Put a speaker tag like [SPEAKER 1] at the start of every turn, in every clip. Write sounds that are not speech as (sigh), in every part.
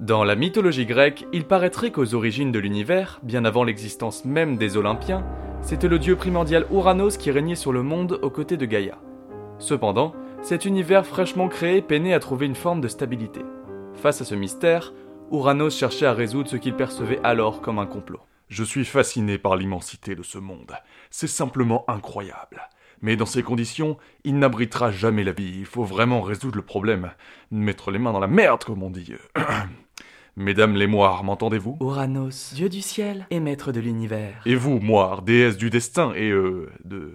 [SPEAKER 1] Dans la mythologie grecque, il paraîtrait qu'aux origines de l'univers, bien avant l'existence même des Olympiens, c'était le dieu primordial Ouranos qui régnait sur le monde aux côtés de Gaïa. Cependant, cet univers fraîchement créé peinait à trouver une forme de stabilité. Face à ce mystère, Ouranos cherchait à résoudre ce qu'il percevait alors comme un complot.
[SPEAKER 2] Je suis fasciné par l'immensité de ce monde. C'est simplement incroyable. Mais dans ces conditions, il n'abritera jamais la vie. Il faut vraiment résoudre le problème. Mettre les mains dans la merde, comme on dit. (clears throat) Mesdames les moires, m'entendez-vous
[SPEAKER 3] Ouranos, dieu du ciel et maître de l'univers.
[SPEAKER 2] Et vous, moire, déesse du destin et euh, de...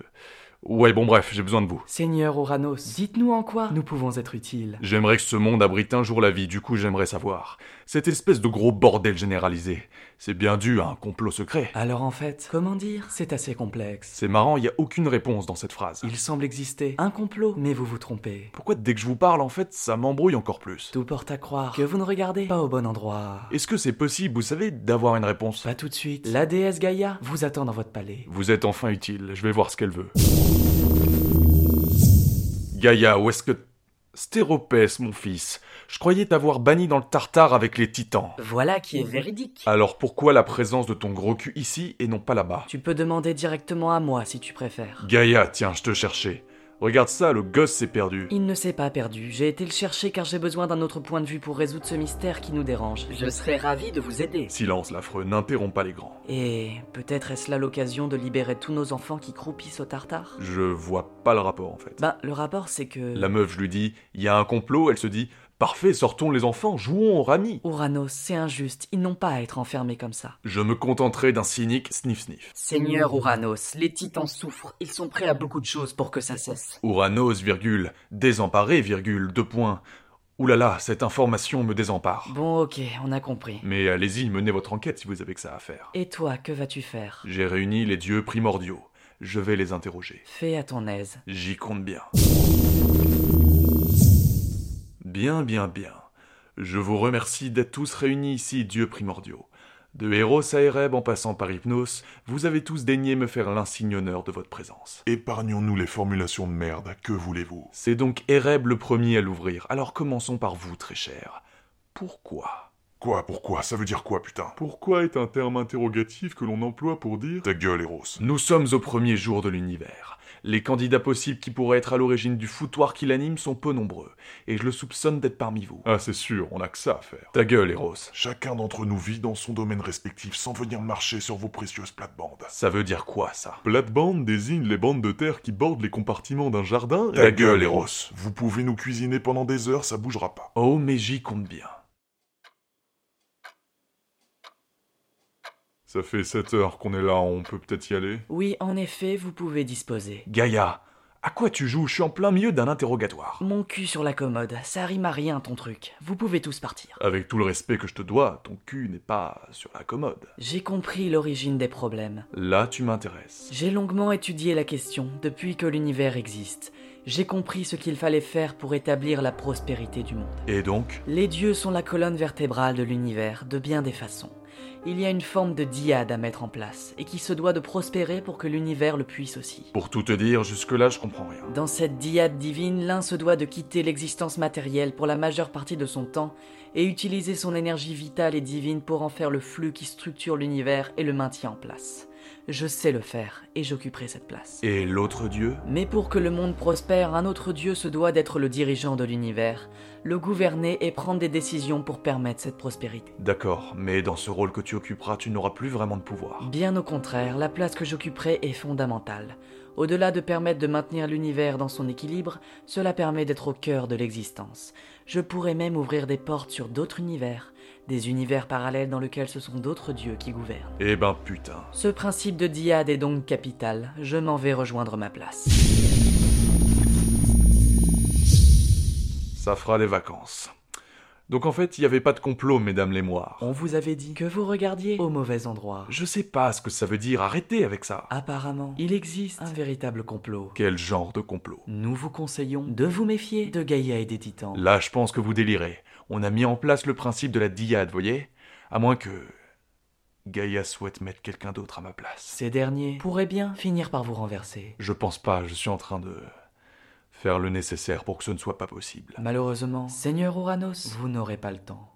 [SPEAKER 2] Ouais, bon bref, j'ai besoin de vous.
[SPEAKER 3] Seigneur Ouranos, dites-nous en quoi nous pouvons être utiles.
[SPEAKER 2] J'aimerais que ce monde abrite un jour la vie, du coup j'aimerais savoir. Cette espèce de gros bordel généralisé, c'est bien dû à un complot secret.
[SPEAKER 3] Alors en fait, comment dire C'est assez complexe.
[SPEAKER 2] C'est marrant, il y a aucune réponse dans cette phrase.
[SPEAKER 3] Il semble exister un complot, mais vous vous trompez.
[SPEAKER 2] Pourquoi dès que je vous parle, en fait, ça m'embrouille encore plus
[SPEAKER 3] Tout porte à croire que vous ne regardez pas au bon endroit.
[SPEAKER 2] Est-ce que c'est possible, vous savez, d'avoir une réponse
[SPEAKER 3] Pas tout de suite. La déesse Gaïa vous attend dans votre palais.
[SPEAKER 2] Vous êtes enfin utile, je vais voir ce qu'elle veut. Gaïa, où est-ce que... Stéropès, mon fils, je croyais t'avoir banni dans le tartare avec les titans.
[SPEAKER 4] Voilà qui est véridique.
[SPEAKER 2] Alors pourquoi la présence de ton gros cul ici et non pas là-bas
[SPEAKER 4] Tu peux demander directement à moi si tu préfères.
[SPEAKER 2] Gaïa, tiens, je te cherchais. Regarde ça, le gosse s'est perdu.
[SPEAKER 4] Il ne s'est pas perdu. J'ai été le chercher car j'ai besoin d'un autre point de vue pour résoudre ce mystère qui nous dérange.
[SPEAKER 5] Je serais ravi de vous aider.
[SPEAKER 2] Silence, l'affreux, n'interromps pas les grands.
[SPEAKER 4] Et peut-être est-ce là l'occasion de libérer tous nos enfants qui croupissent au tartare
[SPEAKER 2] Je vois pas le rapport en fait.
[SPEAKER 4] Bah, le rapport c'est que.
[SPEAKER 2] La meuf, je lui dis, il y a un complot, elle se dit, parfait, sortons les enfants, jouons au rami.
[SPEAKER 4] Ouranos, c'est injuste, ils n'ont pas à être enfermés comme ça.
[SPEAKER 2] Je me contenterai d'un cynique sniff-sniff.
[SPEAKER 5] Seigneur Ouranos, les titans souffrent. Ils sont prêts à beaucoup de choses pour que ça cesse.
[SPEAKER 2] Ouranos, virgule, désemparé, virgule, deux points. Oulala, là là, cette information me désempare.
[SPEAKER 4] Bon, ok, on a compris.
[SPEAKER 2] Mais allez-y, menez votre enquête si vous avez que ça à faire.
[SPEAKER 4] Et toi, que vas-tu faire
[SPEAKER 2] J'ai réuni les dieux primordiaux. Je vais les interroger.
[SPEAKER 4] Fais à ton aise.
[SPEAKER 2] J'y compte bien. Bien, bien, bien. Je vous remercie d'être tous réunis ici, dieux primordiaux. De Héros à Ereb en passant par Hypnos, vous avez tous daigné me faire l'insigne honneur de votre présence.
[SPEAKER 6] Épargnons-nous les formulations de merde, que voulez-vous
[SPEAKER 2] C'est donc Ereb le premier à l'ouvrir, alors commençons par vous, très cher. Pourquoi
[SPEAKER 6] Quoi, pourquoi Ça veut dire quoi, putain
[SPEAKER 7] Pourquoi est un terme interrogatif que l'on emploie pour dire
[SPEAKER 6] Ta gueule, Eros.
[SPEAKER 2] Nous sommes au premier jour de l'univers. Les candidats possibles qui pourraient être à l'origine du foutoir qui l'anime sont peu nombreux, et je le soupçonne d'être parmi vous.
[SPEAKER 7] Ah, c'est sûr, on a que ça à faire.
[SPEAKER 2] Ta gueule, Eros.
[SPEAKER 6] Chacun d'entre nous vit dans son domaine respectif sans venir marcher sur vos précieuses plates-bandes.
[SPEAKER 2] Ça veut dire quoi, ça
[SPEAKER 7] Plate-bande désigne les bandes de terre qui bordent les compartiments d'un jardin.
[SPEAKER 6] Ta gueule, Eros. Vous pouvez nous cuisiner pendant des heures, ça bougera pas.
[SPEAKER 2] Oh, mais j'y compte bien.
[SPEAKER 7] Ça fait 7 heures qu'on est là, on peut peut-être y aller
[SPEAKER 4] Oui, en effet, vous pouvez disposer.
[SPEAKER 2] Gaïa, à quoi tu joues Je suis en plein milieu d'un interrogatoire.
[SPEAKER 4] Mon cul sur la commode, ça rime à rien ton truc. Vous pouvez tous partir.
[SPEAKER 2] Avec tout le respect que je te dois, ton cul n'est pas sur la commode.
[SPEAKER 4] J'ai compris l'origine des problèmes.
[SPEAKER 2] Là, tu m'intéresses.
[SPEAKER 4] J'ai longuement étudié la question depuis que l'univers existe. J'ai compris ce qu'il fallait faire pour établir la prospérité du monde.
[SPEAKER 2] Et donc
[SPEAKER 4] Les dieux sont la colonne vertébrale de l'univers de bien des façons il y a une forme de diade à mettre en place, et qui se doit de prospérer pour que l'univers le puisse aussi.
[SPEAKER 2] Pour tout te dire, jusque-là, je comprends rien.
[SPEAKER 4] Dans cette diade divine, l'un se doit de quitter l'existence matérielle pour la majeure partie de son temps, et utiliser son énergie vitale et divine pour en faire le flux qui structure l'univers et le maintient en place. Je sais le faire, et j'occuperai cette place.
[SPEAKER 2] Et l'autre dieu
[SPEAKER 4] Mais pour que le monde prospère, un autre dieu se doit d'être le dirigeant de l'univers, le gouverner et prendre des décisions pour permettre cette prospérité.
[SPEAKER 2] D'accord, mais dans ce rôle que tu occuperas, tu n'auras plus vraiment de pouvoir.
[SPEAKER 4] Bien au contraire, la place que j'occuperai est fondamentale. Au-delà de permettre de maintenir l'univers dans son équilibre, cela permet d'être au cœur de l'existence. Je pourrais même ouvrir des portes sur d'autres univers, des univers parallèles dans lesquels ce sont d'autres dieux qui gouvernent.
[SPEAKER 2] Eh ben putain.
[SPEAKER 4] Ce principe de diade est donc capital, je m'en vais rejoindre ma place.
[SPEAKER 2] Ça fera les vacances. Donc en fait, il n'y avait pas de complot, mesdames les moires.
[SPEAKER 4] On vous avait dit que vous regardiez au mauvais endroit.
[SPEAKER 2] Je sais pas ce que ça veut dire, arrêtez avec ça.
[SPEAKER 4] Apparemment, il existe un véritable complot.
[SPEAKER 2] Quel genre de complot
[SPEAKER 4] Nous vous conseillons de vous méfier de Gaïa et des titans.
[SPEAKER 2] Là, je pense que vous délirez. On a mis en place le principe de la diade, voyez À moins que. Gaïa souhaite mettre quelqu'un d'autre à ma place.
[SPEAKER 4] Ces derniers pourraient bien finir par vous renverser.
[SPEAKER 2] Je pense pas, je suis en train de faire le nécessaire pour que ce ne soit pas possible.
[SPEAKER 4] Malheureusement, Seigneur Uranus, vous n'aurez pas le temps.